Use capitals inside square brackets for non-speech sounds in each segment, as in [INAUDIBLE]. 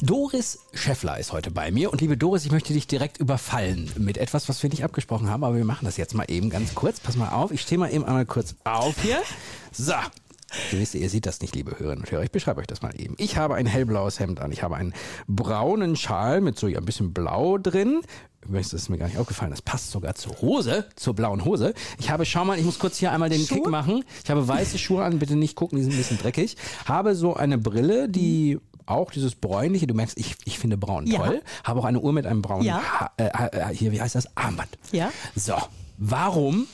Doris Schäffler ist heute bei mir. Und liebe Doris, ich möchte dich direkt überfallen mit etwas, was wir nicht abgesprochen haben, aber wir machen das jetzt mal eben ganz kurz. Pass mal auf, ich stehe mal eben einmal kurz auf hier. So. Ihr wisst, ihr seht das nicht, liebe Hörerinnen und Hörer. Ich beschreibe euch das mal eben. Ich habe ein hellblaues Hemd an. Ich habe einen braunen Schal mit so ja, ein bisschen Blau drin. Übrigens, das ist mir gar nicht aufgefallen. Das passt sogar zur Hose, zur blauen Hose. Ich habe, schau mal, ich muss kurz hier einmal den Kick machen. Ich habe weiße Schuhe an. Bitte nicht gucken, die sind ein bisschen dreckig. Habe so eine Brille, die auch dieses bräunliche, du merkst, ich, ich finde braun Ja. toll, habe auch eine Uhr mit einem braunen, Ja. ha äh, äh, hier, wie heißt das? Armband. Ja. So, warum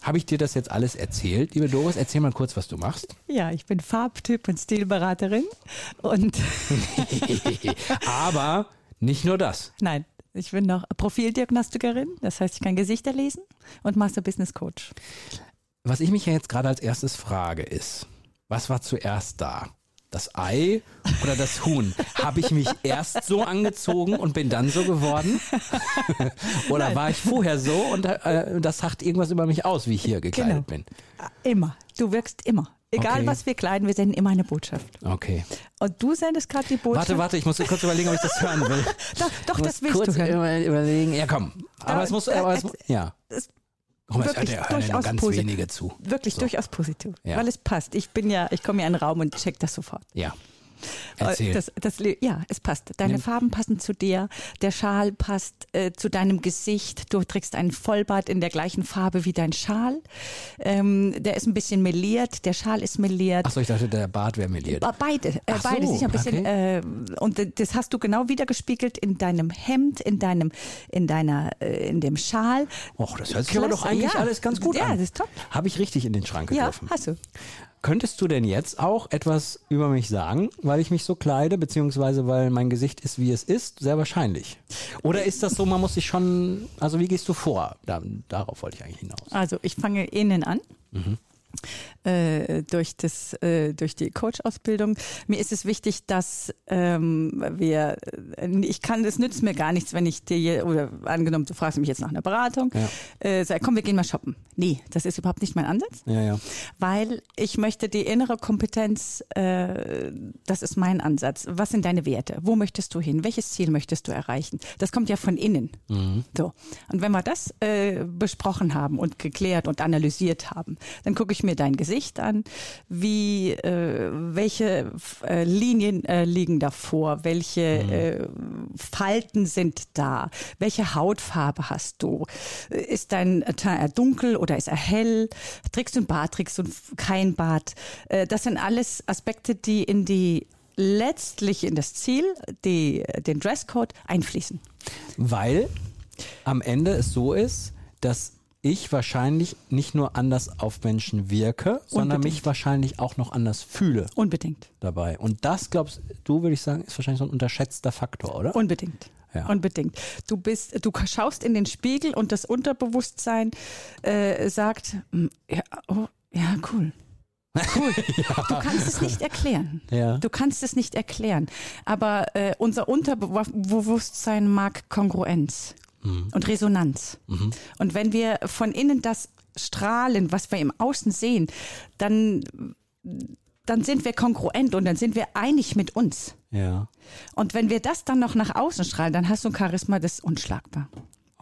habe ich dir das jetzt alles erzählt? Liebe Doris, erzähl mal kurz, was du [LAUGHS] machst. Ja, ich bin Farbtyp und Stilberaterin. Und [LAUGHS] Aber nicht nur das. nein, ich bin noch Profildiagnostikerin. Das heißt, ich kann Gesichter lesen und Master Business Coach. Was ich mich ja jetzt gerade als erstes frage ist, was war zuerst da? Das Ei oder das Huhn? Habe ich mich erst so angezogen und bin dann so [LAUGHS] geworden? oder war ich vorher so und äh, das sagt irgendwas über mich aus, wie ich hier gekleidet Genau. bin? Immer. Du wirkst immer. Egal, Okay. was wir kleiden, wir senden immer eine Botschaft. Okay. Und du sendest gerade die Botschaft. Warte, warte, ich muss kurz überlegen, ob ich das hören [LAUGHS] will. Doch, doch Ich das muss willst du kurz hören. über- Überlegen. Ja, komm. Aber Da- es muss, da- aber es, mu- ja. Es- Komm, es wirklich hört ja hören ja nur durchaus ganz posi- wenige zu. Wirklich So. durchaus positiv, Ja. weil es passt. Ich bin ja, ich komme ja in den Raum und check das sofort. Ja. Erzähl. Äh, Das, das, Le- ja, es passt. Deine Farben passen zu dir, der Schal passt äh, zu deinem Gesicht. Du trägst einen Vollbart in der gleichen Farbe wie dein Schal. Ähm, der ist ein bisschen meliert, der Schal ist meliert. Achso, ich dachte, der Bart wäre meliert. Be- Beide, äh, Ach so, beide sich ein bisschen. Äh, und d- das hast du genau wiedergespiegelt in deinem Hemd, in deinem, in deiner, äh, in dem Schal. Och, das hört sich aber Klasse, doch eigentlich ja. alles ganz gut Ja, an. das ist top. Habe ich richtig in den Schrank Ja, geworfen. hast du. Könntest du denn jetzt auch etwas über mich sagen, weil ich mich so kleide, beziehungsweise weil mein Gesicht ist, wie es ist? Sehr wahrscheinlich. Oder ist das so, man muss sich schon, also wie gehst du vor? Da, darauf wollte ich eigentlich hinaus. Also ich fange innen an. Äh, durch, das, äh, durch die Coach-Ausbildung. Mir ist es wichtig, dass ähm, wir, äh, ich kann, es nützt mir gar nichts, wenn ich dir, je- oder angenommen, du fragst mich jetzt nach einer Beratung, äh, sag, komm, wir gehen mal shoppen. Nee, das ist überhaupt nicht mein Ansatz, Ja, ja. weil ich möchte die innere Kompetenz, äh, das ist mein Ansatz. Was sind deine Werte? Wo möchtest du hin? Welches Ziel möchtest du erreichen? Das kommt ja von innen. So. Und wenn wir das äh, besprochen haben und geklärt und analysiert haben, dann gucke ich mir dein Gesicht an, wie, äh, welche f- äh, Linien äh, liegen davor, welche äh, Falten sind da, welche Hautfarbe hast du, Äh, ist dein Teint eher dunkel oder ist er hell, trägst du ein Bart, trägst du kein Bart. Äh, das sind alles Aspekte, die in die letztlich in das Ziel, die, den Dresscode einfließen. Weil am Ende es so ist, dass ich wahrscheinlich nicht nur anders auf Menschen wirke, sondern Unbedingt. mich wahrscheinlich auch noch anders fühle Unbedingt. dabei. Und das, glaubst du, würde ich sagen, ist wahrscheinlich so ein unterschätzter Faktor, oder? Unbedingt. Ja. Unbedingt. Du bist, du schaust in den Spiegel und das Unterbewusstsein äh, sagt, "Mm, ja, oh, ja, cool. Cool. Du kannst es nicht erklären. Ja. Du kannst es nicht erklären. Aber äh, unser Unterbewusstsein mag Kongruenz und Resonanz. Und wenn wir von innen das strahlen, was wir im Außen sehen, dann, dann sind wir kongruent und dann sind wir einig mit uns. ja. Und wenn wir das dann noch nach außen strahlen, dann hast du ein Charisma, das ist unschlagbar.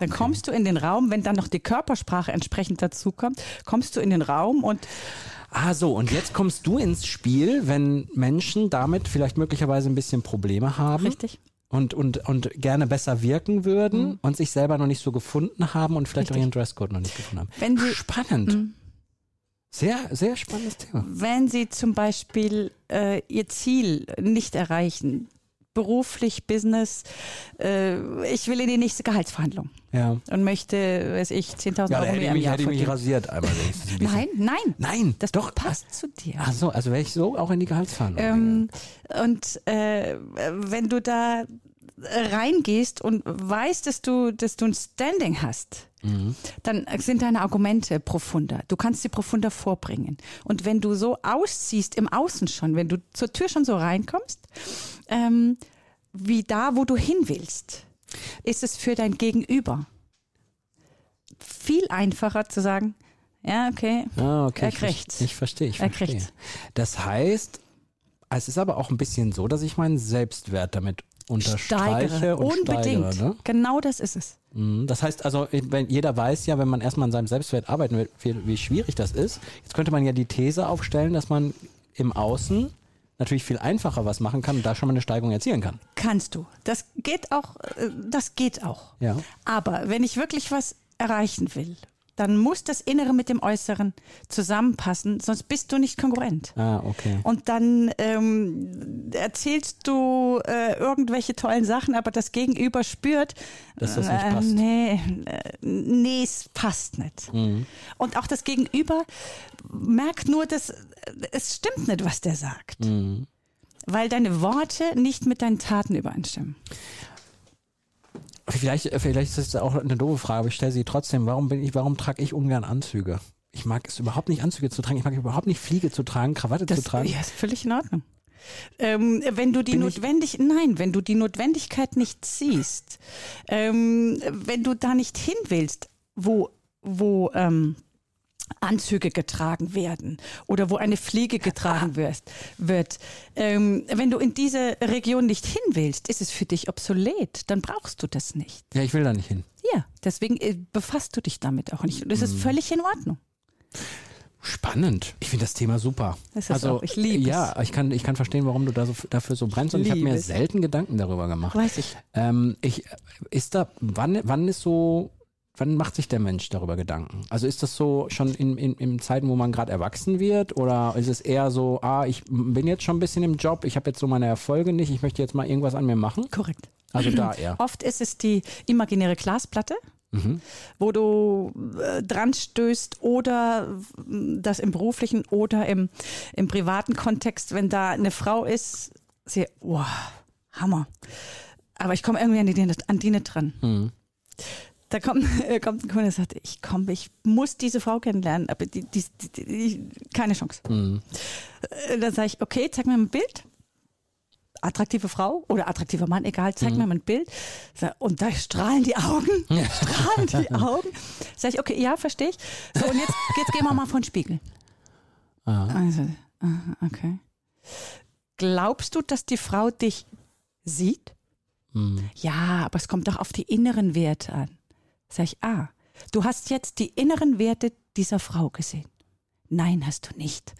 Dann kommst du in den Raum, wenn dann noch die Körpersprache entsprechend dazu kommt, kommst du in den Raum und Ah so, und jetzt kommst du ins Spiel, wenn Menschen damit vielleicht möglicherweise ein bisschen Probleme haben. richtig. Und, und, und gerne besser wirken würden und sich selber noch nicht so gefunden haben und vielleicht auch Richtig. ihren Dresscode noch nicht gefunden haben. Wenn sie- Spannend. Sehr, sehr spannendes Thema. Wenn sie zum Beispiel äh, ihr Ziel nicht erreichen, beruflich, Business, äh, ich will in die nächste Gehaltsverhandlung Ja. und möchte, weiß ich, 10.000 Ja, da Euro hätte ich mehr im mich, Jahr hätte ich mich verdienen. rasiert einmal. wenigstens ein bisschen. Nein, nein, Nein, das doch. ah. passt zu dir. Ach so, also wäre ich so auch in die Gehaltsverhandlung. gegangen. Ähm, und äh, wenn du da reingehst und weißt, dass du, dass du ein Standing hast, Mhm. dann sind deine Argumente profunder. Du kannst sie profunder vorbringen. Und wenn du so ausziehst im Außen schon, wenn du zur Tür schon so reinkommst, ähm, wie da, wo du hin willst, ist es für dein Gegenüber viel einfacher zu sagen, ja, okay, Ah, okay. Er ich ver- kriegt's. Ich verstehe, ich Er verstehe. kriegt's. Das heißt, es ist aber auch ein bisschen so, dass ich meinen Selbstwert damit unterstreiche steigere, und unbedingt. steigere. Ne? Genau das ist es. Mhm. Das heißt also, wenn, jeder weiß ja, wenn man erstmal an seinem Selbstwert arbeiten will, wie, wie schwierig das ist. Jetzt könnte man ja die These aufstellen, dass man im Außen natürlich viel einfacher was machen kann und da schon mal eine Steigerung erzielen kann. Kannst du. Das geht auch, äh, das geht auch. Ja. Aber wenn ich wirklich was erreichen will, dann muss das Innere mit dem Äußeren zusammenpassen, sonst bist du nicht konkurrent. Ah, okay. Und dann ähm, erzählst du äh, irgendwelche tollen Sachen, aber das Gegenüber spürt, Dass das nicht äh, passt. Nee, äh, nee, es passt nicht. Mhm. Und auch das Gegenüber merkt nur, dass äh, es stimmt nicht, was der sagt. Mhm. Weil deine Worte nicht mit deinen Taten übereinstimmen. Vielleicht, äh, vielleicht ist das auch eine doofe Frage, aber ich stelle sie trotzdem. Warum bin ich, warum trage ich ungern Anzüge? Ich mag es überhaupt nicht, Anzüge zu tragen. Ich mag überhaupt nicht, Fliege zu tragen, Krawatte zu tragen. Ja, ist völlig in Ordnung. Ähm, wenn du die Bin ich- notwendig, nein, wenn du die Notwendigkeit nicht siehst, ähm, wenn du da nicht hin willst, wo, wo ähm, Anzüge getragen werden oder wo eine Fliege getragen wird, wird ähm, wenn du in diese Region nicht hin willst, ist es für dich obsolet, dann brauchst du das nicht. Ja, ich will da nicht hin. Ja, deswegen äh, befasst du dich damit auch nicht. Und das Mhm. ist völlig in Ordnung. Spannend. Ich finde das Thema super. Also, Das ist auch- ich liebe Ja, ich kann, ich kann verstehen, warum du da so, dafür so brennst und ich habe Liebe mir es. selten Gedanken darüber gemacht. Weiß ich. Ähm, ich, ist da, wann, wann ist so, wann macht sich der Mensch darüber Gedanken? Also ist das so schon in, in, in Zeiten, wo man gerade erwachsen wird? Oder ist es eher so, ah, ich bin jetzt schon ein bisschen im Job, ich habe jetzt so meine Erfolge nicht, ich möchte jetzt mal irgendwas an mir machen? Korrekt. Also da [CLEARS THROAT] eher. Oft ist es die imaginäre Glasplatte, wo du äh, dran stößt oder mh, das im beruflichen oder im, im privaten Kontext, wenn da eine Frau ist, sie, wow, Hammer. Aber ich komme irgendwie an die, nicht- an die nicht dran. Da kommt, [LAUGHS] äh, kommt ein Kunde und sagt, ich komme, ich muss diese Frau kennenlernen, aber die, die, die, die keine Chance. Äh, Dann sage ich, okay, zeig mir mal ein Bild attraktive Frau oder attraktiver Mann, egal, zeig mir mal ein Bild. So, Und da strahlen die Augen, [LAUGHS] strahlen die Augen. Sag ich, okay, ja, verstehe ich. So, und jetzt, jetzt gehen wir mal vor den Spiegel. Also, aha, okay. Glaubst du, dass die Frau dich sieht? Ja, aber es kommt doch auf die inneren Werte an. Sag ich, ah, du hast jetzt die inneren Werte dieser Frau gesehen. Nein, hast du nicht.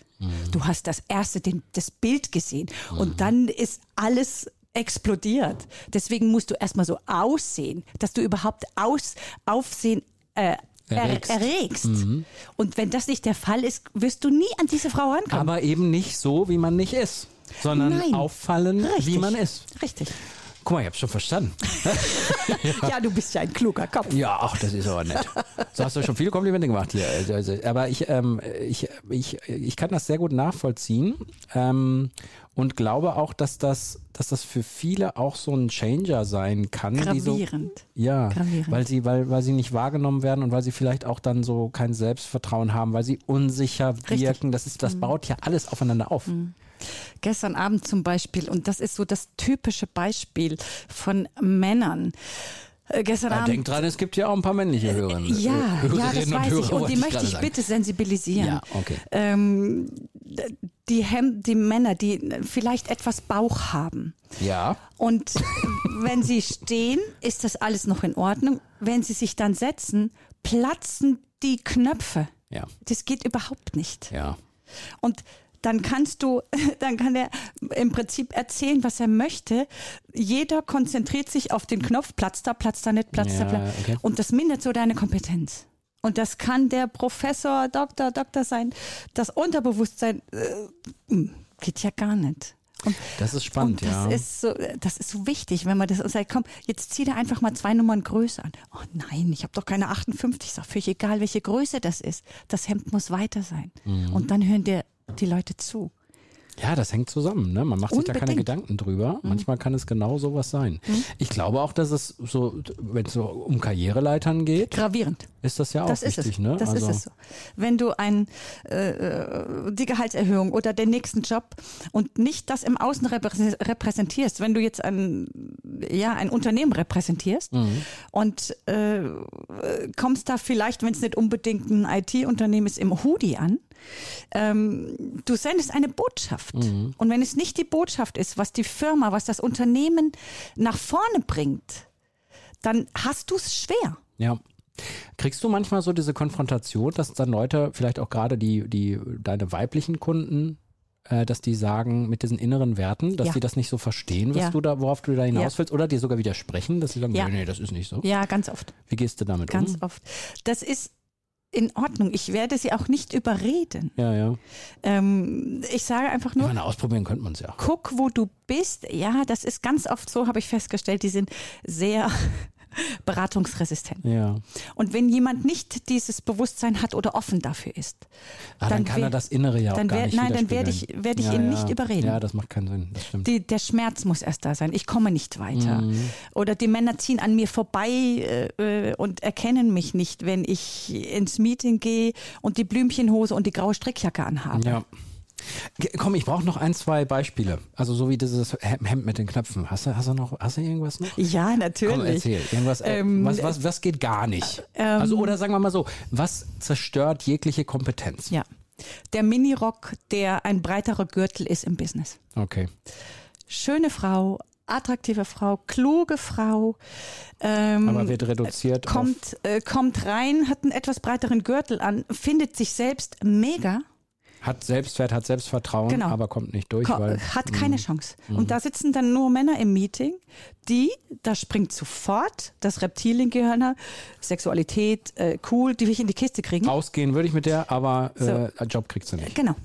Du hast das erste, den, das Bild gesehen und dann ist alles explodiert. Deswegen musst du erstmal so aussehen, dass du überhaupt aus, Aufsehen äh, Erregst. erregst. erregst. Mhm. Und wenn das nicht der Fall ist, wirst du nie an diese Frau rankommen. Aber eben nicht so, wie man nicht ist, sondern Nein. auffallen, wie Richtig. man ist. Richtig. Guck mal, ich habe schon verstanden. Ja, du bist ja ein kluger Kopf. Ja, ach, das ist aber nett. So hast du schon viele Komplimente gemacht hier. Also, also, aber ich, ähm, ich, ich, ich kann das sehr gut nachvollziehen ähm, und glaube auch, dass das, dass das für viele auch so ein Changer sein kann. die so- Gravierend. ja, Gravierend. weil sie, weil, weil sie nicht wahrgenommen werden und weil sie vielleicht auch dann so kein Selbstvertrauen haben, weil sie unsicher Richtig. Mhm. wirken. Das, ist, das baut ja alles aufeinander auf. Gestern Abend zum Beispiel, und das ist so das typische Beispiel von Männern. Äh, gestern Aber Abend. Denk dran, äh, es gibt ja auch ein paar Äh, männliche Hörer. ja, ja, das weiß ich. Und die möchte ich bitte sensibilisieren. Ja, okay. ähm, die, Hem die Männer, die vielleicht etwas Bauch haben. Ja. [LAUGHS] Und wenn sie stehen, ist das alles noch in Ordnung. Wenn sie sich dann setzen, platzen die Knöpfe. Ja. Das geht überhaupt nicht. Ja. Und dann kannst du, [LAUGHS] dann kann er im Prinzip erzählen, was er möchte. Jeder konzentriert sich auf den Knopf, platzt da, platzt da nicht, platzt Ja, da, platzt. okay. Und das mindert so deine Kompetenz. Und das kann der Professor, Doktor, Doktor sein. Das Unterbewusstsein äh, mh, geht ja gar nicht. Und Das ist spannend, und das ja. Ist so, äh, das ist so wichtig, wenn man das und sagt, komm, jetzt zieh dir einfach mal zwei Nummern größer an. Oh nein, ich habe doch keine 58, ist doch völlig egal, welche Größe das ist. Das Hemd muss weiter sein. Und dann hören dir die Leute zu. Ja, das hängt zusammen. Ne? Man macht sich da keine Unbedingt. Mhm. Gedanken drüber. Manchmal kann es genau sowas sein. Ich glaube auch, dass es so, wenn es so um Karriereleitern geht, Gravierend. ist das ja auch Das ist wichtig. es. Ne? Das also, ist es so. Wenn du ein, äh, äh, die Gehaltserhöhung oder den nächsten Job und nicht das im Außen reprä- repräsentierst, wenn du jetzt ein, ja, ein Unternehmen repräsentierst Mhm. und äh, äh, kommst da vielleicht, wenn es nicht unbedingt ein IT-Unternehmen ist, im Hoodie an, ähm, du sendest eine Botschaft. Mhm. Und wenn es nicht die Botschaft ist, was die Firma, was das Unternehmen nach vorne bringt, dann hast du es schwer. Ja. Kriegst du manchmal so diese Konfrontation, dass dann Leute, vielleicht auch gerade die, die, deine weiblichen Kunden, äh, dass die sagen, mit diesen inneren Werten, dass Ja. die das nicht so verstehen, was Ja. du da, worauf du da hinaus Ja. willst, oder dir sogar widersprechen, dass sie sagen, Ja. nee, nee, das ist nicht so. Ja, ganz oft. Wie gehst du damit Ganz um? oft. Das ist in Ordnung. Ich werde sie auch nicht überreden. Ja, ja. Ähm, ich sage einfach Ich nur, meine, ausprobieren könnte man es ja. guck, wo du bist. Ja, das ist ganz oft so, habe ich festgestellt. Die sind sehr [LAUGHS] beratungsresistent. Ja. Und wenn jemand nicht dieses Bewusstsein hat oder offen dafür ist, Ah, dann, Dann kann wär- er das Innere ja auch dann gar wär- nicht nein, dann werd ich- widerspiegeln. werd ich ja, ihn ja. nicht überreden. Ja, das macht keinen Sinn, das stimmt. die, der Schmerz muss erst da sein. Ich komme nicht weiter. Mhm. Oder die Männer ziehen an mir vorbei äh, äh, und erkennen mich nicht, wenn ich ins Meeting gehe und die Blümchenhose und die graue Strickjacke anhabe. Ja. G- Komm, ich brauche noch ein, zwei Beispiele. Also so wie dieses Hem- Hemd mit den Knöpfen. Hast du, hast du noch, hast du irgendwas noch? Ja, Komm, natürlich. erzähl. Irgendwas, äh, Ähm, was, was, was geht gar nicht? also, oder sagen wir mal so, was zerstört jegliche Kompetenz? Ja. Der Minirock, der ein breiterer Gürtel ist im Business. Okay. Schöne Frau, attraktive Frau, kluge Frau. Ähm, Aber wird reduziert auf. kommt, äh, kommt rein, hat einen etwas breiteren Gürtel an, findet sich selbst mega, Hat Selbstwert, hat Selbstvertrauen, Genau. aber kommt nicht durch, ko- äh, weil. hat keine Chance. Mhm. Und da sitzen dann nur Männer im Meeting, die, da springt sofort das Reptiliengehirn, Sexualität, äh, cool, die will ich in die Kiste kriegen. Ausgehen würde ich mit der, aber äh, einen Job kriegst du nicht. Genau.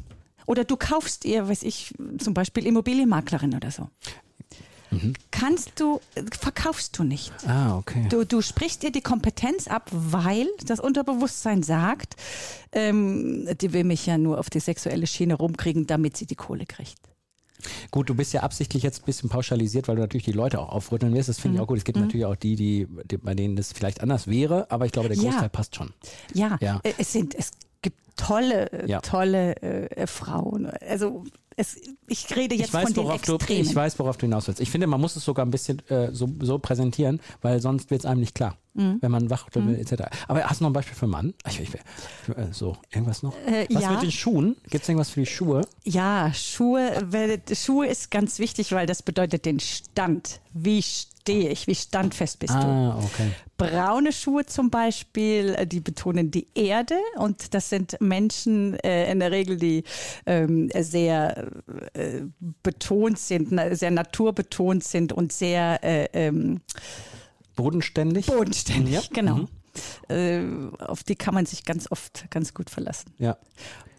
Oder du kaufst ihr, weiß ich, zum Beispiel Immobilienmaklerin oder so. Mhm. Kannst du, verkaufst du nicht. Ah, okay. Du, du sprichst ihr die Kompetenz ab, weil das Unterbewusstsein sagt, ähm, die will mich ja nur auf die sexuelle Schiene rumkriegen, damit sie die Kohle kriegt. Gut, du bist ja absichtlich jetzt ein bisschen pauschalisiert, weil du natürlich die Leute auch aufrütteln wirst. Das finde Mhm. ich auch gut. Es gibt natürlich auch die, die, die, bei denen das vielleicht anders wäre, aber ich glaube, der Ja. Großteil passt schon. Ja, Ja. äh, es sind, es gibt tolle, äh, Ja. tolle äh, Frauen. Also es, ich rede jetzt ich weiß, von den worauf du, Extremen. ich weiß, worauf du hinaus willst. Ich finde, man muss es sogar ein bisschen äh, so, so präsentieren, weil sonst wird es einem nicht klar, wenn man wach mhm. etc. Aber hast du noch ein Beispiel für einen Mann? Ich, ich, ich, äh, so, irgendwas noch? Äh, Was ja. mit den Schuhen? Gibt es irgendwas für die Schuhe? Ja, Schuhe, weil- Schuhe ist ganz wichtig, weil das bedeutet den Stand. Wie stehe ich? Wie standfest bist du? Ah, okay. Braune Schuhe zum Beispiel, äh, die betonen die Erde und das sind Menschen äh, in der Regel, die ähm, sehr äh, betont sind, na- sehr naturbetont sind und sehr äh, ähm, Bodenständig? bodenständig. Ja. Mhm. Genau. Äh, auf die kann man sich ganz oft ganz gut verlassen. ja.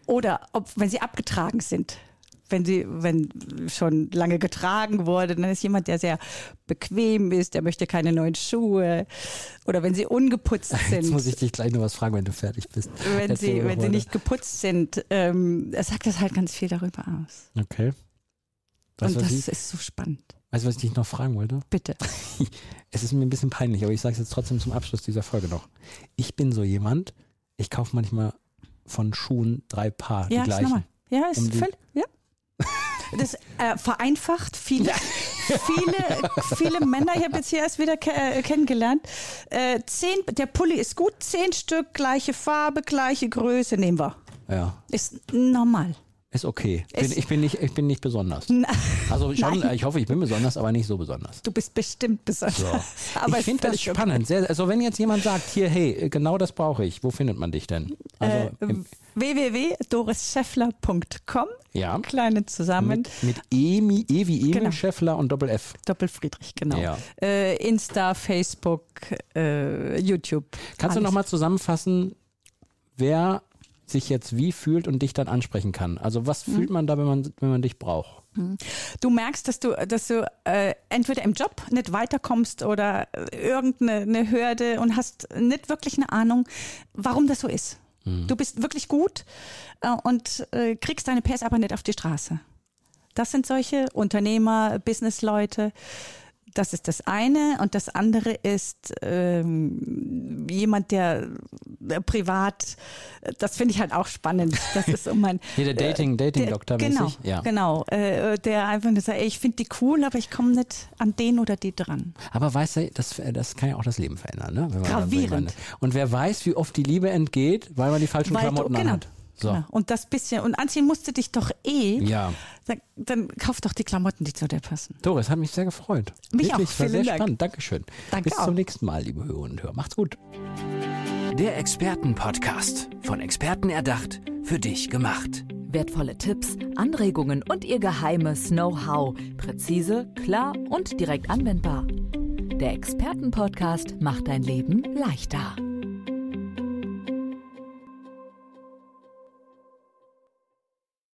Oder ob, wenn sie abgetragen sind. Wenn sie, wenn schon lange getragen wurde, dann ist jemand, der sehr bequem ist, der möchte keine neuen Schuhe. Oder wenn sie ungeputzt [LAUGHS] Jetzt muss sind, ich dich gleich noch was fragen, wenn du fertig bist. wenn Erzähl sie, doch wenn sie weiter. nicht geputzt sind, ähm, er sagt das halt ganz viel darüber aus. Okay. Weißt du, Und was, das ich- ist so spannend. weißt du, was ich dich noch fragen wollte? Bitte. Es ist mir ein bisschen peinlich, aber ich sage es jetzt trotzdem zum Abschluss dieser Folge noch. Ich bin so jemand, ich kaufe manchmal von Schuhen drei Paar, Ja, die ist gleichen. normal. Ja, ist Um die- völlig. [LAUGHS] Ja. Das äh, vereinfacht viele, viele, viele Männer. Ich habe jetzt hier erst wieder ke äh, kennengelernt. Äh, zehn, der Pulli ist gut, zehn Stück, gleiche Farbe, gleiche Größe nehmen wir. Ja, Ist normal. ist okay. Bin, Ist- ich, bin nicht, ich bin nicht besonders. Na, [LAUGHS] Also schon, Nein. äh, ich hoffe, ich bin besonders, aber nicht so besonders. Du bist bestimmt besonders. [LAUGHS] Aber ich ist finde das völlig okay. spannend. Sehr, also wenn jetzt jemand sagt, hier, hey, genau das brauche ich, wo findet man dich denn? Äh, Also im, www.dorisscheffler.com ja, Kleine zusammen. mit, mit Emi, E wie Emil Genau. Scheffler und Doppel F. Doppelfriedrich, genau. Ja. Äh, Insta, Facebook, äh, YouTube. Kannst du Alles. nochmal zusammenfassen, wer sich jetzt wie fühlt und dich dann ansprechen kann? Also was Mhm. fühlt man da, wenn man, wenn man dich braucht? Du merkst, dass du, dass du äh, entweder im Job nicht weiterkommst oder äh, irgendeine eine Hürde und hast nicht wirklich eine Ahnung, warum das so ist. Du bist wirklich gut äh, und äh, kriegst deine PS aber nicht auf die Straße. Das sind solche Unternehmer, Businessleute. Das ist das eine. Und das andere ist ähm, jemand, der, der privat, das finde ich halt auch spannend. Das ist so mein. Nee, der Dating, Dating Doktor Äh, der, genau, Ja. genau. Äh, der einfach nur sagt, ey, ich finde die cool, aber ich komme nicht an den oder die dran. Aber weißt du, das, das kann ja auch das Leben verändern, ne? Wenn man dann so Gravierend. jemanden- Und wer weiß, wie oft die Liebe entgeht, weil man die falschen Weil du- Klamotten genau, anhat. So. genau. Und das bisschen, und anziehen musst du dich doch eh. Ja. Dann, dann kauf doch die Klamotten, die zu dir passen. Doris, hat mich sehr gefreut. Mich Wirklich, auch. war Vielen sehr Dank. spannend. Dankeschön. Danke Bis auch. zum nächsten Mal, liebe Hörer und Hörer. Macht's gut. Der Expertenpodcast. Von Experten erdacht, für dich gemacht. Wertvolle Tipps, Anregungen und ihr geheimes Know-how. Präzise, klar und direkt anwendbar. Der Expertenpodcast macht dein Leben leichter.